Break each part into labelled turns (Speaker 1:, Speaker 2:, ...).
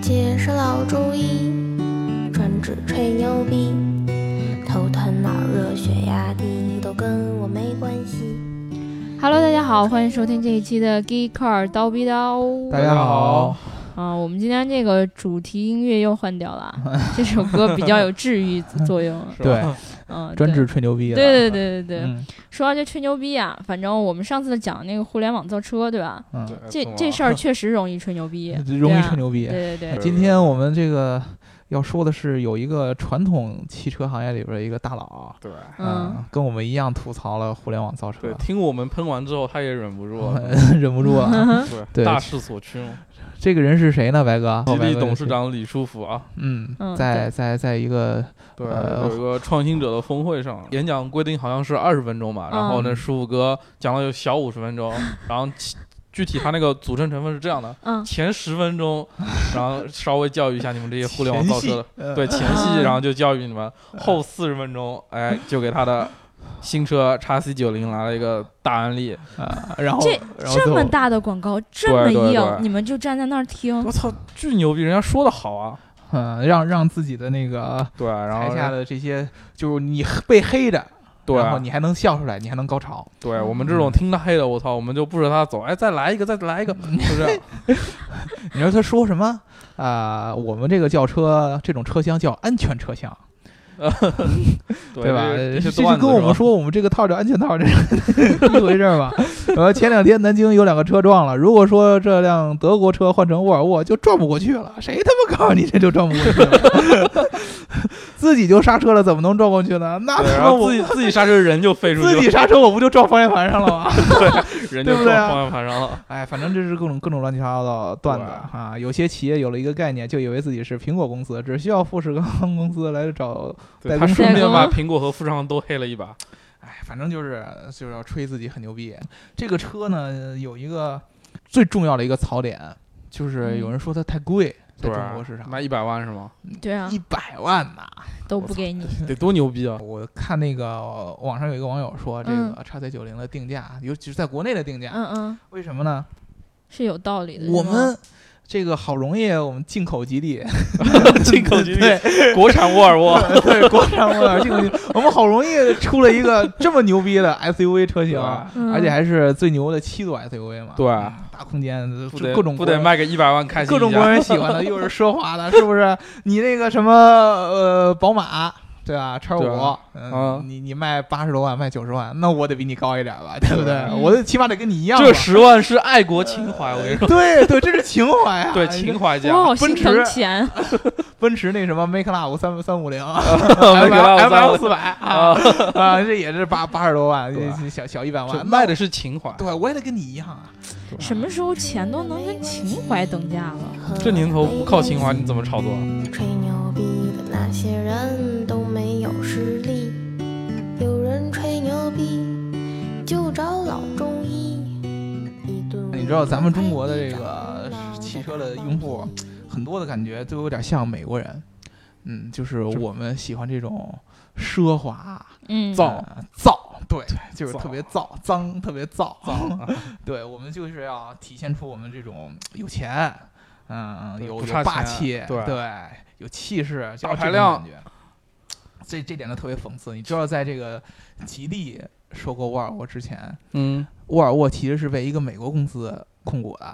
Speaker 1: 姐是老中医，专治吹牛逼，头疼脑热血压低都跟我没关系。
Speaker 2: Hello，大家好，欢迎收听这一期的《Geek Car 刀逼刀》。
Speaker 3: 大家好，
Speaker 2: 啊，我们今天这个主题音乐又换掉了啊， 这首歌比较有治愈作用。
Speaker 3: 是吧，
Speaker 2: 嗯，
Speaker 3: 专
Speaker 2: 对
Speaker 3: 治吹牛逼的，
Speaker 2: 对对对对对，
Speaker 3: 嗯
Speaker 2: 说到这吹牛逼啊，反正我们上次讲那个互联网造车，对吧？
Speaker 3: 嗯，
Speaker 2: 这这 事儿确实容易吹牛逼，
Speaker 3: 容
Speaker 2: 对
Speaker 3: 易
Speaker 2: 啊
Speaker 3: 吹牛逼。
Speaker 2: 对对对，
Speaker 3: 今天我们这个要说的是，有一个传统汽车行业里边的一个大佬，啊
Speaker 4: 对
Speaker 2: 嗯，，
Speaker 3: 跟我们一样吐槽了互联网造车
Speaker 4: 对，，听我们喷完之后，他也忍不住了，
Speaker 3: 忍不 住了。
Speaker 4: 对，
Speaker 3: 对
Speaker 4: 大势所趋嘛。
Speaker 3: 这个人是谁呢？白哥，
Speaker 4: 吉利
Speaker 3: 白哥
Speaker 4: 董事，长李书福啊，
Speaker 3: 嗯
Speaker 2: 嗯，
Speaker 3: 在在在一个
Speaker 4: 对，
Speaker 3: 呃
Speaker 4: 有一个创新者的峰会上，演讲规定好像是二十分钟吧，然
Speaker 3: 嗯
Speaker 4: 后那舒福哥讲了有小五十 分钟，然后其具体他那个组成成分是这样的。
Speaker 2: 嗯，
Speaker 4: 前十分 钟，然后稍微教育一下你们这些互联网造车的，
Speaker 3: 的
Speaker 4: 对前戏，
Speaker 2: 嗯
Speaker 4: 然后就教育你们。后四十分钟，哎，就给他的新车 x C 九零来了一个大案例。
Speaker 3: 啊，然后
Speaker 2: 这
Speaker 3: 然后
Speaker 2: 这
Speaker 3: 最
Speaker 2: 么
Speaker 3: 后
Speaker 2: 大的广告，这
Speaker 4: 对
Speaker 2: 么
Speaker 4: 对
Speaker 2: 硬，
Speaker 4: 对
Speaker 2: 你们就站在那儿听
Speaker 4: 我，操，巨牛逼！人家说的好啊，
Speaker 3: 嗯，让让自己的那个
Speaker 4: 对，然后
Speaker 3: 台下的这些，就是你被黑着，
Speaker 4: 对，啊
Speaker 3: 然后你嗯还能笑出来，你还能高潮，
Speaker 4: 对我们这种听他黑的，我操，我们就不舍他走，哎，再来一个，再来 一个，就这样。
Speaker 3: 你说他说什么啊、我们这个轿车这种车厢叫安全车厢，对吧？这
Speaker 4: 这些
Speaker 3: 就
Speaker 4: 段子
Speaker 3: 跟我们
Speaker 4: 是吧
Speaker 3: 说我们这个套叫安全套，这 是一 回事儿嘛。呃，前两天南京有两个车撞了，如果说这辆德国车换成沃尔沃，就撞不过去了。谁他妈告诉你这就撞不过去了？ 自己就刹车了，怎么能撞过去呢？那
Speaker 4: 对，
Speaker 3: 他
Speaker 4: 然
Speaker 3: 妈
Speaker 4: 后
Speaker 3: 我
Speaker 4: 自己自己刹车人就飞出去
Speaker 3: 自
Speaker 4: 了，
Speaker 3: 己刹车，我不就撞方向盘上了吗？
Speaker 4: 人
Speaker 3: 对
Speaker 4: 就
Speaker 3: 不
Speaker 4: 撞
Speaker 3: 对啊
Speaker 4: 方向盘 上了。
Speaker 3: 哎，反正这是各种各种乱七八糟的段子啊！有些企业有了一个概念，就以为自己是苹果公司，只需要富士康 公司来找。
Speaker 4: 对
Speaker 3: 代
Speaker 4: 他
Speaker 3: 工
Speaker 4: 顺便
Speaker 2: 代工
Speaker 4: 把苹果和富士康都黑了一把。
Speaker 3: 哎，反正就是就是要吹自己很牛逼。这个车呢，有一个最重要的一个槽点，就是
Speaker 2: 嗯
Speaker 3: 有人说它太贵， 在
Speaker 4: 对
Speaker 3: 中
Speaker 4: 啊
Speaker 3: 国市，场
Speaker 4: 卖一啊百万 是吗？
Speaker 2: 对啊
Speaker 3: 一，百万呐、
Speaker 2: 都不给你，
Speaker 4: 得多牛逼啊！
Speaker 3: 我看那个网上有一个网友说，这个叉 C 九零的定价，尤其是在国内的定价，
Speaker 2: 嗯嗯，
Speaker 3: 为什么呢？
Speaker 2: 是有道理的。
Speaker 3: 我
Speaker 2: 是吗
Speaker 3: 们这个好容易我们进口吉利，
Speaker 4: 进 口吉利
Speaker 3: 对。
Speaker 4: 国产沃尔沃，
Speaker 3: 对，国产沃尔进口我们好容易出了一个这么牛逼的 SUV 车型，啊
Speaker 4: 吧？
Speaker 2: 嗯
Speaker 3: 而且还是最牛的七座 SUV 嘛，
Speaker 4: 啊
Speaker 3: 嗯
Speaker 4: 对，啊
Speaker 3: 大空间，
Speaker 4: 不
Speaker 3: 这
Speaker 4: 得
Speaker 3: 各种
Speaker 4: 不得
Speaker 3: 国
Speaker 4: 卖个一百万开心
Speaker 3: 各种
Speaker 4: 一下
Speaker 3: 国人喜欢的，又是奢华的，是不是？你那个什么呃，宝马。对吧？叉
Speaker 4: 对
Speaker 3: 五
Speaker 4: 啊，
Speaker 3: 嗯
Speaker 4: 啊，
Speaker 3: 你你卖八十多万，卖九十万，那我得比你高一点吧，对不对？
Speaker 2: 嗯
Speaker 3: 我起码得跟你一样吧。
Speaker 4: 啊这十万是爱国情怀，我跟你说，
Speaker 3: 对对，这是情怀啊！
Speaker 4: 对情怀价
Speaker 2: 我。好
Speaker 3: 奔
Speaker 2: 心
Speaker 3: 驰
Speaker 2: 疼钱，
Speaker 3: 奔驰那什么 Make Love 三三五零
Speaker 4: 哦 Make Love
Speaker 3: ，M
Speaker 4: 350
Speaker 3: 四百啊
Speaker 4: 啊，
Speaker 3: 啊，这也是八八十多万，
Speaker 4: 对
Speaker 3: 小小一百
Speaker 4: 这
Speaker 3: 万。
Speaker 4: 卖
Speaker 3: 的，
Speaker 4: 的是情怀，
Speaker 3: 对我也得跟你一样啊。
Speaker 2: 什么时候钱都能跟情怀等价了？
Speaker 4: 这年头不靠情怀你怎么炒作？
Speaker 1: 吹牛逼的那些人都没有实力，有人吹牛逼就找老中医。一顿
Speaker 3: 哎你知道咱们中国的这个汽车的用户，很多的感觉都有点像美国人，嗯，就是我们喜欢这种奢华、
Speaker 2: 嗯，
Speaker 3: 造造，对，就是
Speaker 4: 造啊
Speaker 3: 特别造脏，特别造
Speaker 4: 造
Speaker 3: 对我们就是要体现出我们这种有钱，嗯，
Speaker 4: 对
Speaker 3: 有
Speaker 4: 不
Speaker 3: 有
Speaker 4: 差
Speaker 3: 霸气，
Speaker 4: 钱对
Speaker 3: 有气势，就
Speaker 4: 大
Speaker 3: 是这
Speaker 4: 排
Speaker 3: 种
Speaker 4: 量
Speaker 3: 感觉。这这点就特别讽刺。你知道，在这个吉利收购沃尔沃之前，
Speaker 4: 嗯
Speaker 3: 沃尔沃其实是被一个美国公司控股的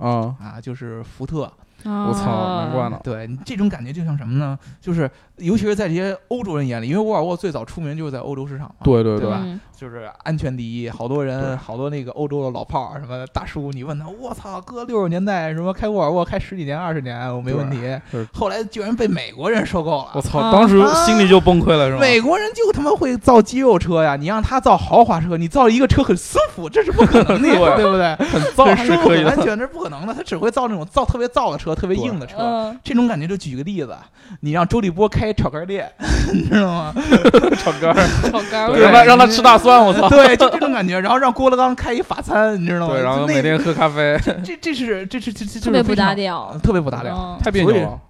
Speaker 4: 啊，
Speaker 3: 啊，就是福特。
Speaker 2: 啊，
Speaker 4: 我操，难怪呢。
Speaker 3: 对，你这种感觉就像什么呢？就是尤其是在这些欧洲人眼里，因为沃尔沃最早出名就是在欧洲市场嘛。
Speaker 4: 对对
Speaker 3: 对吧
Speaker 2: 嗯
Speaker 3: 就是安全第一，好多
Speaker 4: 对
Speaker 3: 人，好多那个欧洲的老炮儿，什么大叔，你问他，我操，哥六十年代什么开沃尔沃开十几年、二十年，我没问题
Speaker 4: 是。
Speaker 3: 后来居然被美国人收购
Speaker 4: 我
Speaker 3: 了，
Speaker 4: 操，
Speaker 2: 啊
Speaker 4: 当时心里就崩溃了，是吗？
Speaker 3: 美国人就他妈会造肌肉车呀！你让他造豪华车，你造一个车很舒服，这是不可能的呀，
Speaker 4: 对
Speaker 3: 对不对？
Speaker 4: 很造
Speaker 3: 很
Speaker 4: 还是
Speaker 3: 舒服、
Speaker 4: 可以
Speaker 3: 很安
Speaker 4: 的，
Speaker 3: 全，这是不可能的。他只会造那种造特别造的车，特别硬的车。
Speaker 2: 嗯，
Speaker 3: 这种感觉就举个例子，啊你让周立波开炒肝店，你知道吗？
Speaker 4: 炒肝儿，
Speaker 2: 炒肝
Speaker 3: 对
Speaker 4: 让他让他吃大蒜，我 操！
Speaker 3: 对，就这种感觉。然后让郭德纲开一法餐，你知道吗？
Speaker 4: 对，然后
Speaker 3: 就那
Speaker 4: 每天喝咖啡，
Speaker 3: 这这是这是这这
Speaker 2: 特别不搭
Speaker 3: 搭，
Speaker 2: 调，
Speaker 3: 特别不搭调。
Speaker 2: 嗯
Speaker 4: 太别扭了。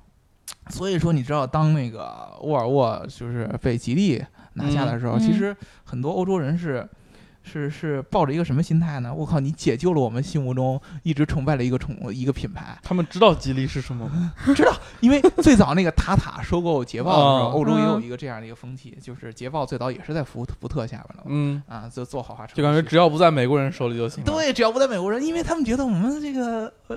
Speaker 3: 所以说，你知道当那个沃尔沃就是被吉利拿下的时候，
Speaker 2: 嗯
Speaker 3: 其实很多欧洲人是是是抱着一个什么心态呢？我靠，你解救了我们心目中一直崇拜的一个宠一个品牌，
Speaker 4: 他们知道吉利是什么吗？
Speaker 3: 因为最早那个塔塔收购捷豹的时候，
Speaker 4: 哦
Speaker 3: 欧洲也有一个这样的一个风气，就是捷豹最早也是在福福特下边的嘛，
Speaker 4: 嗯，
Speaker 3: 啊，就做豪华车，
Speaker 4: 就感觉只要不在美国人手里就行了。，
Speaker 3: 对，只要不在美国人，因为他们觉得我们这个呃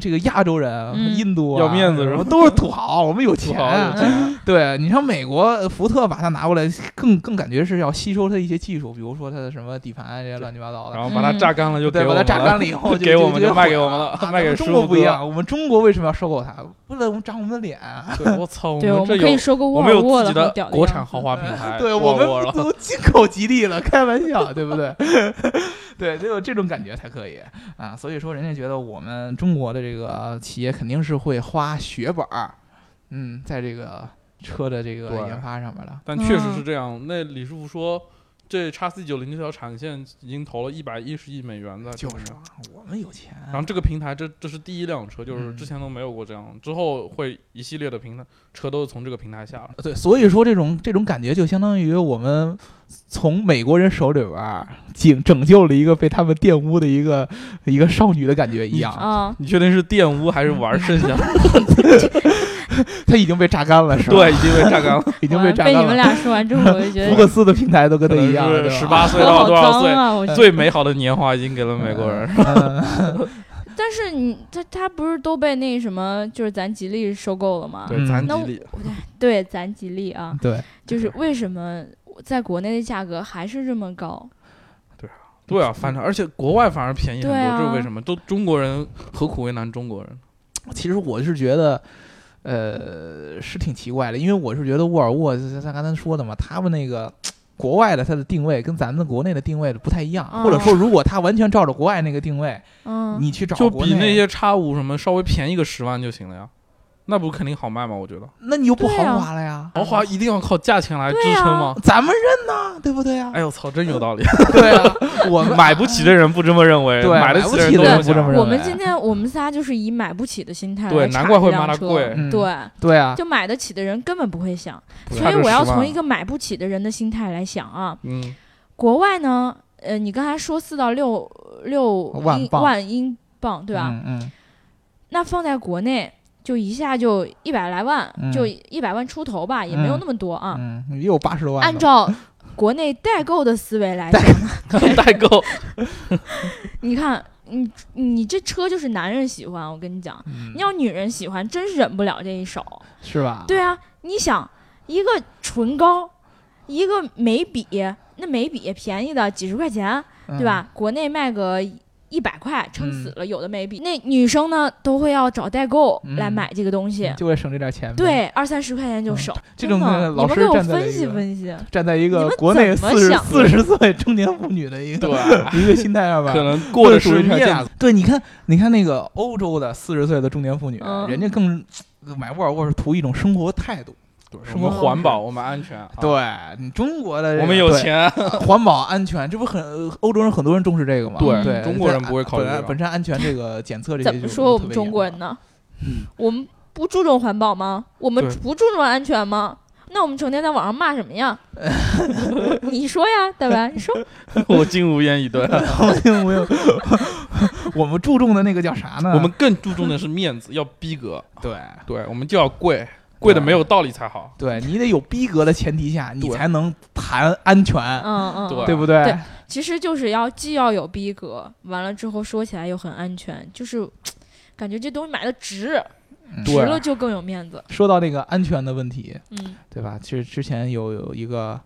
Speaker 3: 这个亚洲人、
Speaker 2: 嗯
Speaker 3: 印度、啊、
Speaker 4: 要面子是
Speaker 3: 什
Speaker 4: 吧
Speaker 3: 么都是土豪，我们有
Speaker 4: 土
Speaker 3: 钱
Speaker 4: 豪
Speaker 3: 啊。
Speaker 4: 有钱，
Speaker 3: 对你像美国呃福特把它拿过来，更更感觉是要吸收它一些技术，比如说它的什么底盘啊这些乱七八糟的
Speaker 4: 然。后把它榨干了就给
Speaker 3: 对，
Speaker 4: 我
Speaker 3: 把
Speaker 4: 们
Speaker 3: 它
Speaker 4: 了
Speaker 3: 榨干了以后就，
Speaker 4: 给我们
Speaker 3: 就
Speaker 4: 就卖给我们了
Speaker 3: 啊
Speaker 4: 卖给
Speaker 3: 咱们中
Speaker 4: 舒
Speaker 3: 国
Speaker 4: 服
Speaker 3: 不一
Speaker 4: 哥
Speaker 3: 样，我们中国为什么要收购它？为了长我们的脸啊。
Speaker 4: 对，我操，
Speaker 2: 对，我
Speaker 4: 这
Speaker 2: 们可以
Speaker 4: 有
Speaker 2: 收购
Speaker 4: 我
Speaker 2: 沃
Speaker 4: 们
Speaker 2: 尔
Speaker 4: 有
Speaker 2: 沃
Speaker 4: 自
Speaker 2: 了，
Speaker 4: 己
Speaker 2: 很
Speaker 4: 的
Speaker 2: 屌的
Speaker 4: 国
Speaker 2: 样
Speaker 4: 产
Speaker 2: 子
Speaker 4: 豪华品牌，
Speaker 3: 对
Speaker 4: 沃
Speaker 3: 我
Speaker 4: 尔
Speaker 3: 们
Speaker 4: 沃哎了
Speaker 3: 都进 口吉利了，开玩笑，对不对？ 对，得有这种感觉才可以啊。所以说，人家觉得我们中国的这个企业肯定是会花血本儿，嗯，在这个车的这个
Speaker 4: 对
Speaker 3: 研发上面的。
Speaker 4: 但确实
Speaker 3: 嗯
Speaker 4: 是这样。那李师傅说，这叉 C 九零这条产线已经投了一百一十亿美元的，
Speaker 3: 就是啊我们有钱，
Speaker 4: 然后这个平台，这这是第一辆车，就是
Speaker 3: 嗯
Speaker 4: 之前都没有过这样，之后会一系列的平台车都是从这个平台下了。
Speaker 3: 对，所以说这种这种感觉就相当于我们从美国人手里边儿拯拯救了一个被他们玷污的一个一个少女的感觉一样。
Speaker 2: 啊，
Speaker 4: 你确定是玷污还是玩剩下？
Speaker 3: 他已经被榨干 了，是吧？
Speaker 4: 嗯对，已，经被榨 干了。
Speaker 3: 已经
Speaker 2: 我
Speaker 3: 被榨
Speaker 2: 被
Speaker 3: 干
Speaker 2: 你
Speaker 3: 了。
Speaker 2: 们俩说完之后，我就觉得
Speaker 3: 福 克斯的平台都跟他一样，对吧
Speaker 4: 十八岁
Speaker 2: 我
Speaker 4: 到
Speaker 2: 好
Speaker 4: 多少嗯
Speaker 2: 脏
Speaker 4: 岁？
Speaker 2: 啊！我觉得，
Speaker 4: 最美好的年华已经给了美国人，
Speaker 2: 呃但是你他他不是都被那什么，就是咱吉利收购了
Speaker 3: 嗯
Speaker 2: 吗？
Speaker 4: 对，嗯咱
Speaker 2: 那
Speaker 4: 吉利，
Speaker 2: 对，咱吉利啊，
Speaker 3: 对，
Speaker 2: 就是为什么在国内的价格还是这么高？
Speaker 4: 对啊，反正而且国外反而便宜很
Speaker 2: 对
Speaker 4: 多，
Speaker 2: 啊
Speaker 4: 这是为什么？都中国人何苦为难中国人？
Speaker 3: 其实我是觉得，呃，是挺奇怪的，因为我是觉得沃尔沃，就像刚才说的嘛，他们那个。国外的它的定位跟咱们国内的定位不太一样，
Speaker 2: 嗯
Speaker 3: 或者说，如果它完全照着国外那个定位，
Speaker 2: 嗯，
Speaker 3: 你去找
Speaker 4: 就
Speaker 3: 国
Speaker 4: 比那
Speaker 3: 内，
Speaker 4: 些叉五什么稍微便宜个十万就行了呀，那不肯定好卖吗？我觉得
Speaker 3: 那你又不
Speaker 2: 对啊
Speaker 3: 豪华了呀？
Speaker 4: 豪华一定要靠价钱来支撑吗？
Speaker 3: 咱们认呐，对不对啊呀？
Speaker 4: 哎呦操，真有道理！
Speaker 3: 对啊，我们
Speaker 4: 买不起的人不这么认为，
Speaker 3: 对
Speaker 4: 买得起人都
Speaker 2: 买不
Speaker 4: 么
Speaker 3: 起的人不这么认
Speaker 4: 想。
Speaker 3: 为
Speaker 2: 我们今天我们仨就是以买不起的心态
Speaker 4: 对
Speaker 2: 来查
Speaker 4: 难怪会
Speaker 2: 这辆
Speaker 4: 骂它
Speaker 2: 车
Speaker 4: 贵
Speaker 3: 嗯
Speaker 2: 对，
Speaker 3: 对啊，
Speaker 2: 就买得起的人根本不会想，
Speaker 4: 对
Speaker 2: 所以
Speaker 4: 差个
Speaker 2: 我要
Speaker 4: 10万
Speaker 2: 从一个买不起的人的心态来想啊。
Speaker 4: 嗯，
Speaker 2: 国外呢，呃，你刚才说四到六六
Speaker 3: 万
Speaker 2: 英
Speaker 3: 镑
Speaker 2: 万英镑，对吧？
Speaker 3: 嗯嗯，
Speaker 2: 那放在国内就一下就一百来万，
Speaker 3: 嗯
Speaker 2: 就一百万出头吧，也没有
Speaker 3: 嗯
Speaker 2: 那么多啊。
Speaker 3: 嗯，也有八十多万的。
Speaker 2: 按照国内代购的思维 来讲，
Speaker 4: 代购
Speaker 2: 你看，你你这车就是男人喜欢，我跟你讲，
Speaker 3: 嗯
Speaker 2: 你要女人喜欢，真忍不了这一手。
Speaker 3: 是吧？
Speaker 2: 对啊，你想一个唇膏，一个眉笔，那眉笔便宜的几十块钱，
Speaker 3: 嗯，
Speaker 2: 对吧？国内卖个一百块，撑死
Speaker 3: 嗯
Speaker 2: 了有的眉笔。那女生呢，都会要找代购
Speaker 3: 嗯
Speaker 2: 来买这个东西。
Speaker 3: 就为省这点钱呗。
Speaker 2: 对，二三十块钱就省，
Speaker 3: 这
Speaker 2: 真
Speaker 3: 种
Speaker 2: 的，
Speaker 3: 的
Speaker 2: 你
Speaker 3: 老
Speaker 2: 们
Speaker 3: 师
Speaker 2: 给我
Speaker 3: 站在了
Speaker 2: 分
Speaker 3: 一
Speaker 2: 析
Speaker 3: 个
Speaker 2: 分析。
Speaker 3: 站在一
Speaker 2: 你
Speaker 3: 个
Speaker 2: 们
Speaker 3: 国内
Speaker 2: 怎么
Speaker 3: 四十
Speaker 2: 想
Speaker 3: 四十岁中年妇女的一个
Speaker 4: 对，啊
Speaker 3: 一个心态上吧，
Speaker 4: 可能过的是
Speaker 3: 属于
Speaker 4: 面
Speaker 3: 价
Speaker 4: 子
Speaker 3: 格。对，你看，你看那个欧洲的四十岁的中年妇女，
Speaker 2: 嗯
Speaker 3: 人家更买沃尔沃是图一种生活态度。
Speaker 4: 对
Speaker 3: 是
Speaker 4: 我们
Speaker 3: 吗
Speaker 2: 嗯
Speaker 4: 环保，我们安全，啊，
Speaker 3: 对你中国的这个，
Speaker 4: 我们有
Speaker 3: 对，
Speaker 4: 钱，啊
Speaker 3: 环保安全，这不很欧洲人很多人重视这个吗？
Speaker 4: 对
Speaker 3: 对，
Speaker 4: 中国人不会考虑
Speaker 3: 本来
Speaker 4: 这个
Speaker 3: 本身安全这个检测这些
Speaker 2: 怎
Speaker 3: 就
Speaker 2: 么
Speaker 3: 是
Speaker 2: 说我
Speaker 3: 特
Speaker 2: 们
Speaker 3: 别
Speaker 2: 中国
Speaker 3: 严
Speaker 2: 人呢？
Speaker 4: 嗯
Speaker 2: 我们不注重环保吗？我们
Speaker 4: 对
Speaker 2: 不注重安全吗？那我们成天在网上骂什么呀？ 你说呀，大白，你说
Speaker 4: 我竟无言以对。
Speaker 3: 啊格？ 我有， 我们注重的那个叫啥呢？
Speaker 4: 我们更注重的是面子，要逼格，
Speaker 3: 对。
Speaker 4: 对我们就要贵，贵的没有道理才好。
Speaker 3: 对你得有逼格的前提下，你
Speaker 4: 对
Speaker 3: 才能谈安全，
Speaker 2: 嗯嗯，
Speaker 4: 对
Speaker 2: 嗯
Speaker 3: 对不对？
Speaker 2: 对其实就是要既要有逼格，完了之后说起来又很安全，就是嘖感觉这东西买的值，
Speaker 3: 嗯
Speaker 2: 值了就更有面子。
Speaker 3: 说到那个安全的问题，
Speaker 2: 嗯，
Speaker 3: 对吧？其实之前有有一个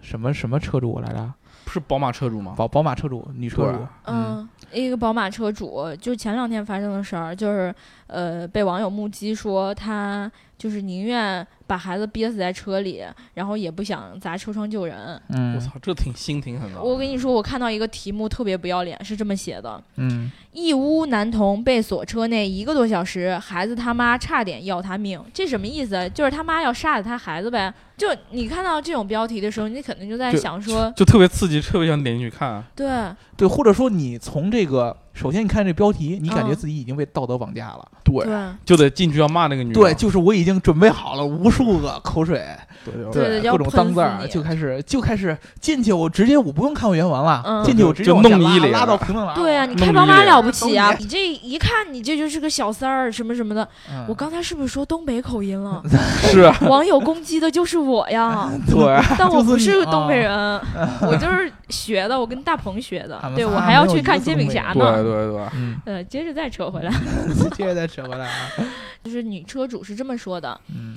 Speaker 3: 什么什么车主来着，
Speaker 4: 是宝马车主吗？
Speaker 3: 宝宝马车主，女车
Speaker 4: 哦对
Speaker 3: 主，嗯
Speaker 2: 嗯，一个宝马车主，就前两天发生的事儿，就是呃，被网友目击说他就是宁愿把孩子憋死在车里，然后也不想砸车窗救人。
Speaker 4: 我
Speaker 3: 嗯
Speaker 4: 操，这挺心挺狠的。
Speaker 2: 我跟你说，我看到一个题目特别不要脸，是这么写的：
Speaker 3: 嗯，
Speaker 2: 义乌男童被锁车内一个多小时，孩子他妈差点要他命，这什么意思？就是他妈要杀死他孩子呗？就你看到这种标题的时候，你肯定就在
Speaker 4: 就
Speaker 2: 想说，
Speaker 4: 就特别刺激，特别想点进去看。啊
Speaker 2: 对，
Speaker 3: 对，或者说你从这个首先你看这标题，你感觉
Speaker 2: 嗯
Speaker 3: 自己已经被道德绑架了。
Speaker 2: 对
Speaker 4: 对，就得进去要骂那个女的。
Speaker 3: 对，就是我已经准备好了无数个口水，
Speaker 4: 对
Speaker 2: 对要
Speaker 3: 各种脏
Speaker 2: 喷
Speaker 3: 字
Speaker 2: 死
Speaker 3: 儿，
Speaker 2: 你
Speaker 3: 就开始就开始进去，我直接我不用看原文了，
Speaker 2: 嗯
Speaker 3: 进去我直接
Speaker 4: 就
Speaker 3: 往下
Speaker 4: 弄
Speaker 3: 拉
Speaker 4: 你一脸
Speaker 3: 拉到评论栏。
Speaker 2: 对啊，你
Speaker 4: 弄
Speaker 2: 开
Speaker 4: 一
Speaker 2: 宝马
Speaker 4: 脸
Speaker 2: 了不起啊
Speaker 3: 东！
Speaker 2: 你这一看，你这就是个小三儿什么什么的。
Speaker 3: 嗯
Speaker 2: 我刚才是不是说东北口音了？
Speaker 4: 是啊，
Speaker 2: 网友攻击的就是我呀，
Speaker 4: 对，
Speaker 2: 但我不
Speaker 3: 就是
Speaker 2: 是
Speaker 3: 你
Speaker 2: 东北人，我就是学的，我跟大鹏学的
Speaker 3: 俺。们
Speaker 2: 对
Speaker 3: 仨
Speaker 2: 我还要
Speaker 3: 没有
Speaker 2: 去
Speaker 3: 一个
Speaker 2: 看
Speaker 3: 是
Speaker 2: 煎
Speaker 3: 东
Speaker 2: 饼
Speaker 3: 北
Speaker 2: 侠
Speaker 3: 人
Speaker 4: 对
Speaker 2: 呢。
Speaker 4: 对对，
Speaker 3: 嗯，
Speaker 2: 呃，接着再扯回来，
Speaker 3: 接着再扯回来啊，
Speaker 2: 就是女车主是这么说的：
Speaker 3: 嗯，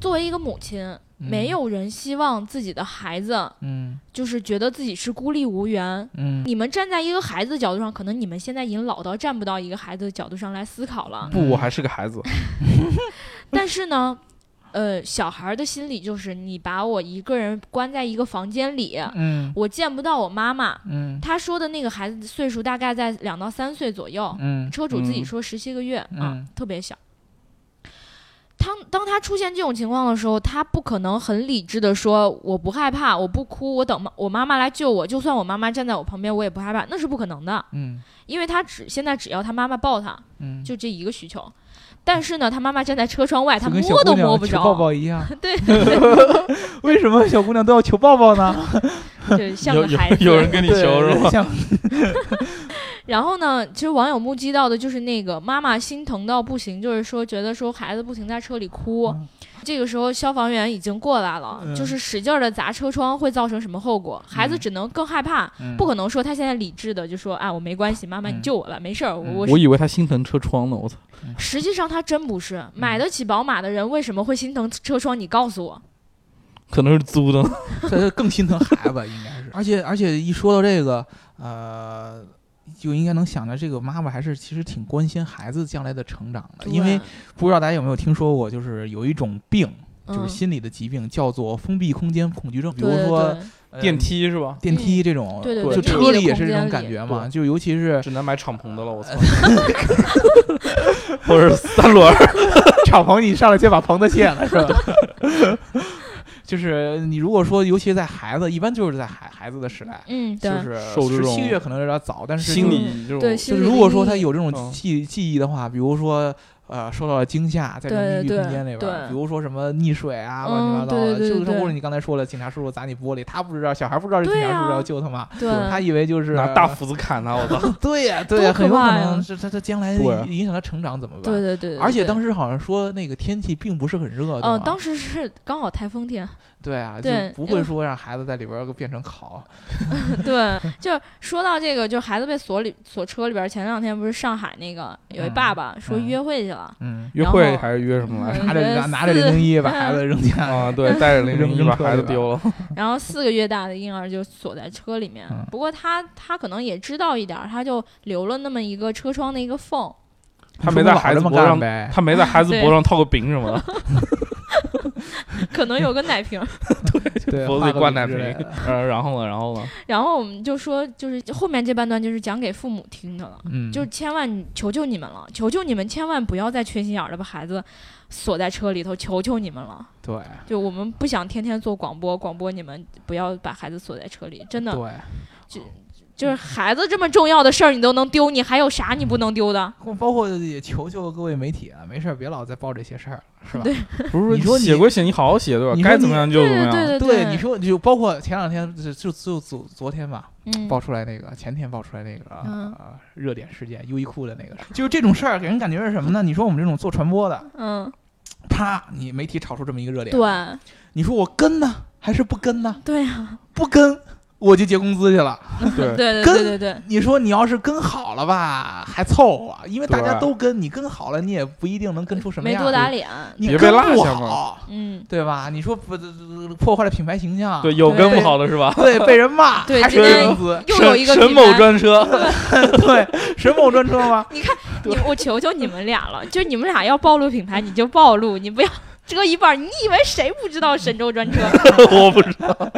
Speaker 2: 作为一个母亲，没有人希望自己的孩子
Speaker 3: 嗯，
Speaker 2: 就是觉得自己是孤立无援。
Speaker 3: 嗯嗯，
Speaker 2: 你们站在一个孩子的角度上，可能你们现在已经老到站不到一个孩子的角度上来思考了。
Speaker 4: 不，我还是个 孩子。
Speaker 2: 但是呢，呃，小孩儿的心理就是，你把我一个人关在一个房间里，
Speaker 3: 嗯
Speaker 2: 我见不到我妈妈。
Speaker 3: 嗯
Speaker 2: 他说的那个孩子岁数大概在两到三岁左右，
Speaker 3: 嗯
Speaker 2: 车主自己
Speaker 4: 嗯
Speaker 2: 说十七个月、啊
Speaker 3: 嗯，
Speaker 2: 特别小。当当他出现这种情况的时候，他不可能很理智的说我不害怕，我不哭，我等妈我妈妈来救我，就算我妈妈站在我旁边，我也不害怕，那是不可能的，
Speaker 3: 嗯
Speaker 2: 因为他只现在只要他妈妈抱他，
Speaker 3: 嗯，
Speaker 2: 就这一个需求。但是呢，他妈妈站在车窗外，他
Speaker 3: 就跟小
Speaker 2: 摸
Speaker 3: 姑
Speaker 2: 都
Speaker 3: 娘
Speaker 2: 摸不
Speaker 3: 求
Speaker 2: 着。
Speaker 3: 抱抱一样。
Speaker 2: 对，
Speaker 3: 为什么小姑娘都要求抱抱 呢？
Speaker 2: 对，像个孩子。
Speaker 4: 有人跟你求是吧？
Speaker 3: 像
Speaker 2: 然后呢，其实网友目击到的就是那个妈妈心疼到不行，就是说觉得说孩子不停在车里哭。
Speaker 3: 嗯
Speaker 2: 这个时候消防员已经过来了，
Speaker 3: 嗯
Speaker 2: 就是使劲的砸车窗会造成什么后果？孩子只能更害怕，不可能说他现在理智的就说啊我没关系，妈妈你
Speaker 3: 嗯
Speaker 2: 救我了，没事儿，我
Speaker 3: 嗯
Speaker 2: 我
Speaker 4: 我以为他心疼车窗呢，我操！
Speaker 2: 实际上他真不
Speaker 3: 嗯
Speaker 2: 是买得起宝马的人为什么会心疼车窗？你告诉我。
Speaker 4: 可能是租的呢。
Speaker 3: 这更心疼孩子，应该是。而且而且一说到这个，呃，就应该能想到这个妈妈还是其实挺关心孩子将来的成长的，因为
Speaker 2: 对
Speaker 3: 不知道大家有没有听说过，就是有一种病，就是
Speaker 2: 嗯
Speaker 3: 心理的疾病，叫做封闭空间恐惧症，比如
Speaker 2: 对对
Speaker 3: 说
Speaker 2: 对
Speaker 3: 呃
Speaker 4: 电梯是吧？
Speaker 3: 电梯这种，
Speaker 2: 嗯对对
Speaker 4: 对
Speaker 3: 就
Speaker 4: 这
Speaker 3: 车
Speaker 2: 个
Speaker 3: 里也是
Speaker 2: 空
Speaker 3: 这
Speaker 2: 间
Speaker 3: 种
Speaker 2: 里
Speaker 3: 感觉嘛，
Speaker 4: 对
Speaker 3: 就尤其是
Speaker 4: 只能买敞篷的了，我 操！或者是三 轮儿，
Speaker 3: 敞篷，你上来先把棚子卸了，是吧？ 就是你如果说，尤其在孩子，一般就是在孩孩子的时代，
Speaker 2: 嗯，对
Speaker 3: 就，是
Speaker 4: 受这
Speaker 3: 十
Speaker 4: 种
Speaker 3: 七个月可能有点早，但是
Speaker 4: 心
Speaker 3: 就是
Speaker 2: 对
Speaker 4: 理这种
Speaker 3: 就
Speaker 2: 心
Speaker 3: 是
Speaker 2: 理
Speaker 3: 如果说
Speaker 2: 阴
Speaker 3: 他
Speaker 2: 影
Speaker 3: 有这种
Speaker 4: 嗯
Speaker 3: 记记忆的话，比如说呃受到了惊吓，在这种
Speaker 2: 对
Speaker 3: 密闭
Speaker 2: 对
Speaker 3: 空间里边儿，
Speaker 2: 对
Speaker 3: 比如说什么溺水啊，乱七八
Speaker 2: 嗯
Speaker 3: 糟的，
Speaker 2: 对对
Speaker 3: 就
Speaker 2: 对
Speaker 3: 是
Speaker 2: 对
Speaker 3: 或者你刚才说了，警察叔叔砸你玻璃，他不知道，小孩不知道是警
Speaker 2: 对
Speaker 3: 察叔叔
Speaker 2: 啊
Speaker 3: 要救他嘛，
Speaker 2: 对
Speaker 3: 他以为就是
Speaker 4: 拿大斧子砍他，我操！
Speaker 3: 对呀对
Speaker 2: 多
Speaker 3: 呀，很
Speaker 2: 可
Speaker 3: 有可
Speaker 2: 怕呀
Speaker 3: 能是他他将来
Speaker 4: 对
Speaker 3: 影响他成长怎么办？
Speaker 2: 对对对对，
Speaker 3: 而且
Speaker 2: 对
Speaker 3: 当时好像说那个天气并不是很热，对
Speaker 2: 嗯，
Speaker 3: 吧
Speaker 2: 当时是刚好台风天，
Speaker 3: 对啊，
Speaker 2: 对
Speaker 3: 就不
Speaker 2: 因
Speaker 3: 会
Speaker 2: 为
Speaker 3: 说让孩子在里边儿变成烤，
Speaker 2: 对，就说到这个，就孩子被锁里锁车里边儿，前两天不是上海那个有一
Speaker 3: 嗯
Speaker 2: 爸爸说约会去了，
Speaker 3: 嗯，
Speaker 4: 约会还是约 什么来着？
Speaker 3: 拿着
Speaker 2: 觉得
Speaker 3: 拿拿着
Speaker 2: 四
Speaker 3: 零零 一把孩子扔家里，
Speaker 4: 啊，对，带着零零一
Speaker 3: 扔
Speaker 4: 把
Speaker 3: 车里
Speaker 4: 孩子
Speaker 3: 吧
Speaker 4: 丢了，
Speaker 2: 然后四个月大的婴儿就锁在车里面。
Speaker 3: 嗯
Speaker 2: 不过他他可能也知道一点儿，他就留了那么一个车窗的一个缝。
Speaker 4: 他没在孩子
Speaker 3: 这么
Speaker 4: 脖
Speaker 3: 干
Speaker 4: 上，
Speaker 3: 呗，
Speaker 4: 他没在孩子
Speaker 2: 对
Speaker 4: 脖上套个饼什么的。
Speaker 2: 可能有个奶 瓶儿，
Speaker 3: 对，
Speaker 4: 脖子
Speaker 3: 画
Speaker 4: 里
Speaker 3: 个
Speaker 4: 灌
Speaker 3: 饼
Speaker 4: 奶
Speaker 3: 之
Speaker 4: 瓶
Speaker 3: 类的，
Speaker 4: 呃，然后呢，然后呢？
Speaker 2: 然后我们就说，就是后面这半段就是讲给父母听的了，
Speaker 3: 嗯，
Speaker 2: 就是千万求求你们了，求求你们千万不要再缺心眼儿的把孩子锁在车里头，求求你们了。
Speaker 3: 对
Speaker 2: 就我们不想天天做广播，广播你们不要把孩子锁在车里，真的
Speaker 3: 对，
Speaker 2: 就是孩子这么重要的事儿你都能丢，你还有啥你不能丢的？
Speaker 3: 包括也求求各位媒体啊，没事儿别老再报这些事儿了，是吧？
Speaker 2: 对
Speaker 4: 不 是
Speaker 3: 你说你
Speaker 4: 写归写，你好好写对吧
Speaker 3: 你？说
Speaker 4: 该
Speaker 3: 你
Speaker 4: 怎么样就怎么
Speaker 2: 对
Speaker 4: 样。
Speaker 2: 对对，
Speaker 3: 对，你说就包括前两天就就就昨昨天吧，
Speaker 2: 嗯
Speaker 3: 爆出来那个，前天爆出来那个、
Speaker 2: 嗯
Speaker 3: 呃、热点事件，优衣库的那个事儿，就是这种事儿给人感觉是什么呢？你说我们这种做传播的，
Speaker 2: 嗯，
Speaker 3: 啪，你媒体炒出这么一个热点，
Speaker 2: 对，
Speaker 3: 你说我跟呢还是不跟呢？
Speaker 2: 对呀，
Speaker 3: 不跟我就结工资去了。
Speaker 2: 对对
Speaker 3: 跟
Speaker 2: 对对对，
Speaker 3: 你说你要是跟好了吧，还凑合，因为大家
Speaker 4: 对
Speaker 3: 都跟，你跟好了你也不一定能跟出什么
Speaker 2: 没
Speaker 3: 样，
Speaker 2: 多打，脸，
Speaker 3: 你
Speaker 4: 别
Speaker 3: 跟
Speaker 4: 被落
Speaker 3: 不
Speaker 4: 下嘛
Speaker 3: 好，
Speaker 2: 嗯，
Speaker 3: 对吧？你说不破坏了品牌形象，
Speaker 4: 对，有跟不好的是吧？
Speaker 3: 对，被人骂，
Speaker 2: 对
Speaker 3: 还是
Speaker 2: 今
Speaker 3: 给
Speaker 2: 天
Speaker 3: 工资，
Speaker 2: 又有一个
Speaker 4: 沈沈
Speaker 2: 品
Speaker 4: 某
Speaker 2: 牌
Speaker 4: 专车，
Speaker 3: 对，神某专车吗？
Speaker 2: 你我求求你们俩了，就你们俩要暴露品牌，你就暴露，你不要遮一半儿。你以为谁不知道神州专 车？
Speaker 4: 我不知道。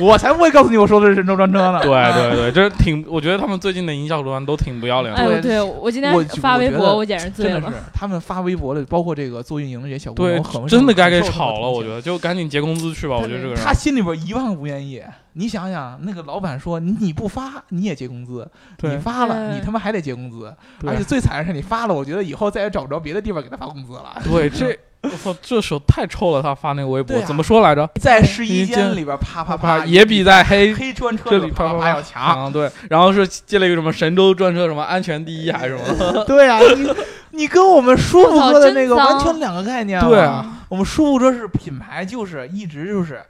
Speaker 3: 我才不会告诉你我说的是神州专车呢。
Speaker 4: 对对对，这挺，我觉得他们最近的营销手段都挺不要脸的。
Speaker 2: 哎呦，
Speaker 3: 对
Speaker 2: 对我今天
Speaker 3: 我
Speaker 2: 发
Speaker 3: 我
Speaker 2: 微
Speaker 3: 觉
Speaker 2: 博，
Speaker 3: 得
Speaker 2: 我简直醉
Speaker 3: 真的
Speaker 2: 了
Speaker 3: 是。，他们发微博的，包括这个做运营的这些小姑
Speaker 4: 对
Speaker 3: 娘，我很，
Speaker 4: 真的该给炒了，我觉
Speaker 3: 得。
Speaker 4: 得就赶紧结工资去吧。我觉得这个人
Speaker 3: 他，心里边一万个不愿意，你想想，那个老板说你不发你也结工资，你
Speaker 4: 对哎
Speaker 3: 发了
Speaker 2: 对
Speaker 3: 你他妈还得结工资，
Speaker 4: 对
Speaker 3: 而且最惨的是你发了，我觉得以后再也找不着别的地方给他发工资了。
Speaker 4: 对这，我操，这手太臭了。他发那个微博
Speaker 3: 对啊
Speaker 4: 怎么说来着？
Speaker 3: 在试
Speaker 4: 你
Speaker 3: 衣
Speaker 4: 这
Speaker 3: 间里边啪啪啪，
Speaker 4: 也比在 黑
Speaker 3: 黑专车
Speaker 4: 这
Speaker 3: 里
Speaker 4: 里啪
Speaker 3: 啪
Speaker 4: 啪
Speaker 3: 啪
Speaker 4: 啪
Speaker 3: 要强。
Speaker 4: 啊，对，然后是接了一个什么神州专车什么安全第一还是什 么的，
Speaker 3: 对啊，你 你跟我们舒服哥的那个
Speaker 2: 嗯我操真
Speaker 3: 完
Speaker 2: 脏
Speaker 3: 全两个概念。
Speaker 4: 对啊，
Speaker 3: 我们舒服哥是品牌，就是一直就是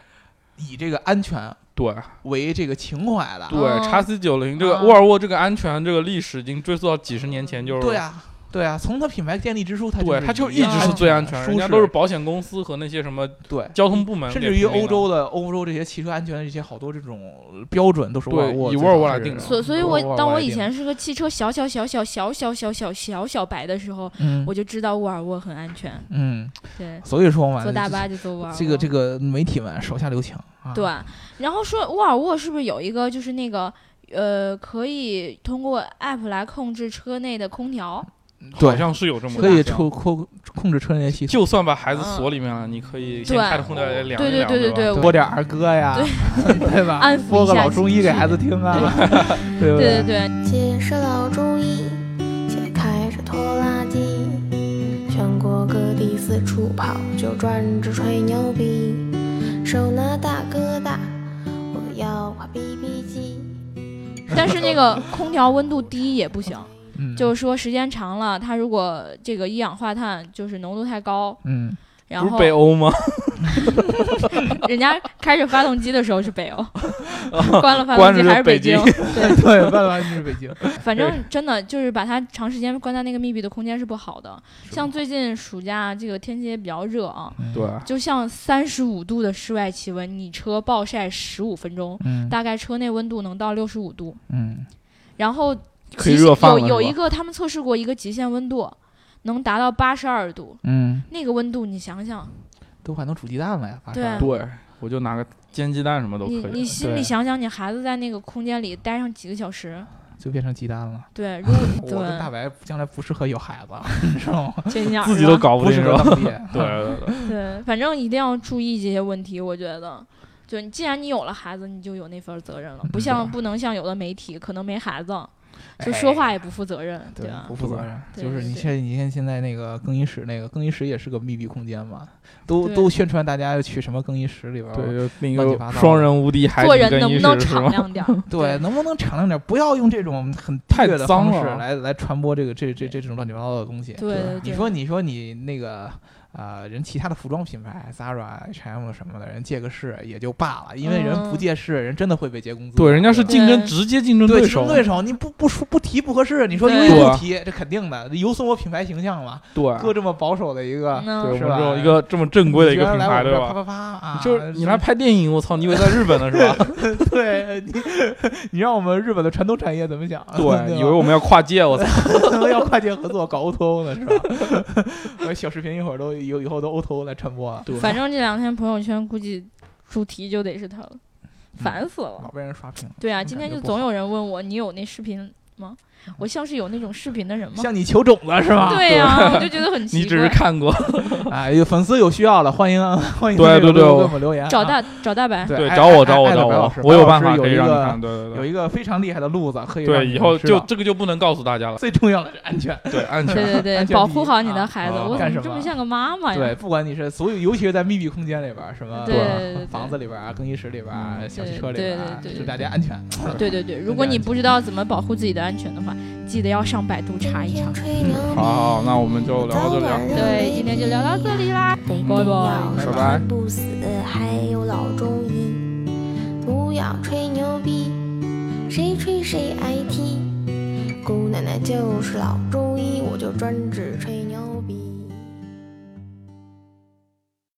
Speaker 3: 以这个安全
Speaker 4: 对
Speaker 3: 为这个情怀的。
Speaker 4: 对，
Speaker 2: 哦
Speaker 4: 叉 C 九零这个
Speaker 3: 啊
Speaker 4: 沃尔沃这个安全这个历史已经追溯到几十年前，就是
Speaker 3: 对啊，对啊，从它品牌建立之初，它
Speaker 4: 对，它
Speaker 3: 它
Speaker 4: 就一
Speaker 2: 样
Speaker 4: 直是最安全，人
Speaker 3: 啊舒
Speaker 4: 家
Speaker 3: 适
Speaker 4: 都是保险公司和那些什么
Speaker 3: 对。
Speaker 4: 交通部门给
Speaker 3: 甚
Speaker 4: 评定
Speaker 3: 至
Speaker 4: 的，
Speaker 3: 于欧洲的欧洲这些汽车安全的这些好多这种标准都是沃尔
Speaker 4: 对
Speaker 3: 沃
Speaker 4: 以
Speaker 3: 最
Speaker 4: 沃尔
Speaker 3: 早
Speaker 4: 沃来
Speaker 3: 是
Speaker 4: 定的
Speaker 2: 所所以
Speaker 3: 沃
Speaker 2: 我，
Speaker 3: 尔沃
Speaker 2: 当我
Speaker 3: 来
Speaker 2: 以
Speaker 3: 定的
Speaker 2: 前是个汽车小小小小小小小小小小小白的时候，
Speaker 3: 嗯
Speaker 2: 我就知道沃尔沃很安全。
Speaker 3: 嗯，
Speaker 2: 对，
Speaker 3: 所以说嘛，
Speaker 2: 坐大巴就坐沃尔沃。
Speaker 3: 这个这个媒体们手下留情啊。
Speaker 2: 对，然后说沃尔沃是不是有一个就是那个呃，可以通过 app 来控制车内的空调？
Speaker 4: 好
Speaker 3: 对，
Speaker 4: 像是有这么
Speaker 3: 可以
Speaker 4: 抽。
Speaker 3: 抽控控制车内系统，
Speaker 4: 就算把孩子锁里面了，你可以先
Speaker 2: 嗯对
Speaker 4: 开着空调来凉
Speaker 2: 对
Speaker 4: 一
Speaker 2: 对
Speaker 4: 凉，
Speaker 2: 对
Speaker 4: 吧？
Speaker 2: 对，
Speaker 3: 播
Speaker 2: 我
Speaker 3: 点儿歌呀， 对吧？
Speaker 2: 安抚一
Speaker 3: 播个
Speaker 2: 下
Speaker 3: 老中医
Speaker 2: 情
Speaker 3: 给
Speaker 2: 绪
Speaker 3: 孩子听啊，对不
Speaker 2: 对对对，
Speaker 1: 姐是老中医，姐开着拖拉机，全国各地四处跑，就专治吹牛逼。手拿大哥大，我要画 BB 机。
Speaker 2: 但是那 个空调温度低也不行，
Speaker 3: 嗯
Speaker 2: 就是说时间长了，它如果这个一氧化碳就是浓度太高，
Speaker 3: 嗯，
Speaker 2: 然
Speaker 4: 不是
Speaker 2: 后
Speaker 4: 北欧吗？
Speaker 2: 人家开着发动机的时候是北 欧，关了发
Speaker 4: 关
Speaker 2: 动机
Speaker 4: 着就
Speaker 2: 还是
Speaker 4: 北
Speaker 2: 京。 对，
Speaker 3: 对，万万是北京，
Speaker 2: 反正真的就是把它长时间关在那个密闭的空间是不好的。像最近暑假这个天气也比较热啊，
Speaker 4: 对，
Speaker 2: 就像三十五度的室外气温，你车暴晒十五分钟，
Speaker 3: 嗯
Speaker 2: 大概车内温度能到六十五度。
Speaker 3: 嗯，
Speaker 2: 然后
Speaker 4: 可以
Speaker 2: 极限
Speaker 4: 热饭
Speaker 2: 有
Speaker 4: 了
Speaker 2: 有
Speaker 4: 是吧
Speaker 2: 一个他们测试过一个极限温度，能达到八十二度，
Speaker 3: 嗯，
Speaker 2: 那个温度你想想，
Speaker 3: 都还能煮鸡蛋了呀，发
Speaker 2: 对啊
Speaker 3: 烧
Speaker 4: 对，我就拿个煎鸡蛋什么都
Speaker 2: 你
Speaker 4: 可
Speaker 2: 你
Speaker 4: 以。
Speaker 2: 心
Speaker 3: 对
Speaker 2: 里想想，你孩子在那个空间里待上几个小时，
Speaker 3: 就变成鸡蛋了。
Speaker 2: 对， 如果
Speaker 3: 我跟大
Speaker 2: 对
Speaker 3: 白将来不适合有孩子，你知道吗？
Speaker 2: 这样
Speaker 4: 自己都搞哦不
Speaker 3: 不
Speaker 4: 定
Speaker 3: 适
Speaker 4: 是
Speaker 3: 合
Speaker 4: 吧？
Speaker 3: 当爹。
Speaker 4: 对对对，
Speaker 2: 对， 反正一定要注意这些问题，我觉得。就你既然你有了孩子，你就有那份责任了，不像不能像有的媒体可能没孩子，就说话也不负责任，
Speaker 3: 对
Speaker 2: 吧
Speaker 3: 不？负责任。
Speaker 2: 对
Speaker 3: 就是你
Speaker 2: 对
Speaker 3: 现在你看现在那个更衣室，那个更衣室也是个密闭空间嘛，都
Speaker 2: 对
Speaker 3: 都宣传大家要去什么更衣室里边儿。
Speaker 4: 对，就那
Speaker 3: 乱七八
Speaker 4: 个
Speaker 3: 糟
Speaker 4: 双人无敌海
Speaker 2: 做
Speaker 4: 底
Speaker 2: 人
Speaker 4: 更
Speaker 2: 能
Speaker 4: 衣
Speaker 2: 不能
Speaker 4: 室是
Speaker 2: 敞
Speaker 4: 吗？
Speaker 2: 亮点 儿？
Speaker 3: 对，能不能敞亮点？不要用这种很低
Speaker 4: 太
Speaker 3: 劣的
Speaker 4: 脏
Speaker 3: 方式
Speaker 4: 了
Speaker 3: 来来传播这个这这这这种乱七八糟的东西。
Speaker 2: 对对
Speaker 3: 你
Speaker 2: 对
Speaker 3: 说你说你那个呃人其他的服装品牌 Zara、H&M 什么的，人借个势也就罢了，因为人
Speaker 2: 嗯
Speaker 3: 不借势，人真的会被结工资的。
Speaker 4: 对，人家是
Speaker 3: 吧
Speaker 4: 竞争
Speaker 2: 对
Speaker 4: 直接竞争
Speaker 3: 对
Speaker 4: 手
Speaker 3: 竞争，对手，你不不说不提不合适，你说因
Speaker 2: 对
Speaker 3: 为
Speaker 4: 对啊
Speaker 3: 不提，这肯定的，有损我品牌形象嘛。
Speaker 4: 对，
Speaker 3: 哥这么保守的一个，
Speaker 4: 对我
Speaker 2: 嗯，
Speaker 4: 们
Speaker 3: 是
Speaker 4: 这
Speaker 3: 吧
Speaker 4: 种一个这么正规的一个品牌，
Speaker 3: 你居
Speaker 4: 对
Speaker 3: 然来我们这儿啪
Speaker 4: 吧？
Speaker 3: 啪啪啊！
Speaker 4: 就是你来拍电影，我操，你以为在日本呢是吧？
Speaker 3: 对你，你让我们日本的传统产业怎么想？啊
Speaker 4: 对，啊
Speaker 3: 吧
Speaker 4: 以为我们要跨界，我操，
Speaker 3: 要跨界合作搞 O to O 呢，是吧？我小视频一会儿都以以后都 O to O 来传播啊，
Speaker 4: 对
Speaker 2: 反正这两天朋友圈估计主题就得是他了，烦死了。
Speaker 3: 老被人刷屏。
Speaker 2: 对啊，
Speaker 3: 情
Speaker 2: 今
Speaker 3: 感
Speaker 2: 天
Speaker 3: 就
Speaker 2: 就
Speaker 3: 不
Speaker 2: 总有人问我，你有那视频吗？我像是有那种视频的人
Speaker 4: 嗯
Speaker 2: 吗？
Speaker 3: 向你求种子是吧？
Speaker 2: 对呀、我就觉得很奇怪。
Speaker 4: 你只是看过，
Speaker 3: 啊，有粉丝有需要了，欢迎啊欢迎
Speaker 4: 对
Speaker 3: 这个
Speaker 4: 对对
Speaker 3: 给
Speaker 4: 我
Speaker 3: 我们留言啊。
Speaker 2: 找大找大白，
Speaker 4: 对，
Speaker 3: 爱
Speaker 4: 找我
Speaker 3: 爱
Speaker 4: 找我
Speaker 3: 爱
Speaker 4: 找
Speaker 3: 的白老
Speaker 4: 我
Speaker 3: 师，
Speaker 4: 我
Speaker 3: 白
Speaker 4: 有
Speaker 3: 老
Speaker 4: 办
Speaker 3: 师
Speaker 4: 法可以
Speaker 3: 一
Speaker 4: 让你
Speaker 3: 个
Speaker 4: 看，对对对
Speaker 3: 有。一个非常厉害的路子可以让
Speaker 4: 对，
Speaker 3: 你
Speaker 4: 以后
Speaker 3: 们知
Speaker 4: 就
Speaker 3: 道
Speaker 4: 这个就不能告诉大家了。
Speaker 3: 最重要的是安全。
Speaker 4: 对，安
Speaker 2: 对
Speaker 4: 全。
Speaker 2: 对对
Speaker 3: 安，全
Speaker 2: 保
Speaker 3: 第
Speaker 2: 护
Speaker 3: 一
Speaker 2: 好你
Speaker 3: 啊
Speaker 2: 的孩子。
Speaker 4: 啊
Speaker 2: 我
Speaker 3: 干
Speaker 2: 怎么
Speaker 3: 什
Speaker 2: 这
Speaker 3: 么
Speaker 2: 么像个妈妈呀？
Speaker 3: 对，不管你是所有，尤其是在密闭空间里边儿，什么
Speaker 2: 对对对
Speaker 3: 房子里边儿啊、更衣室里边儿啊、
Speaker 4: 嗯
Speaker 3: 小汽车里边儿啊，
Speaker 2: 对对对对
Speaker 3: 祝大家安全。
Speaker 2: 对对对，如果你不知道怎么保护自己的安全的话，记得要上百度查一查。
Speaker 1: 吹牛
Speaker 4: 好嗯好，好那我们就聊到
Speaker 1: 早
Speaker 4: 这里啊。
Speaker 1: 晚
Speaker 2: 对，今天就聊到这里啦，拜拜。
Speaker 4: 拜拜
Speaker 1: 不死，呃还有老中医，不要吹牛逼，谁吹谁挨踢。姑奶奶就是老中医，我就专治吹牛。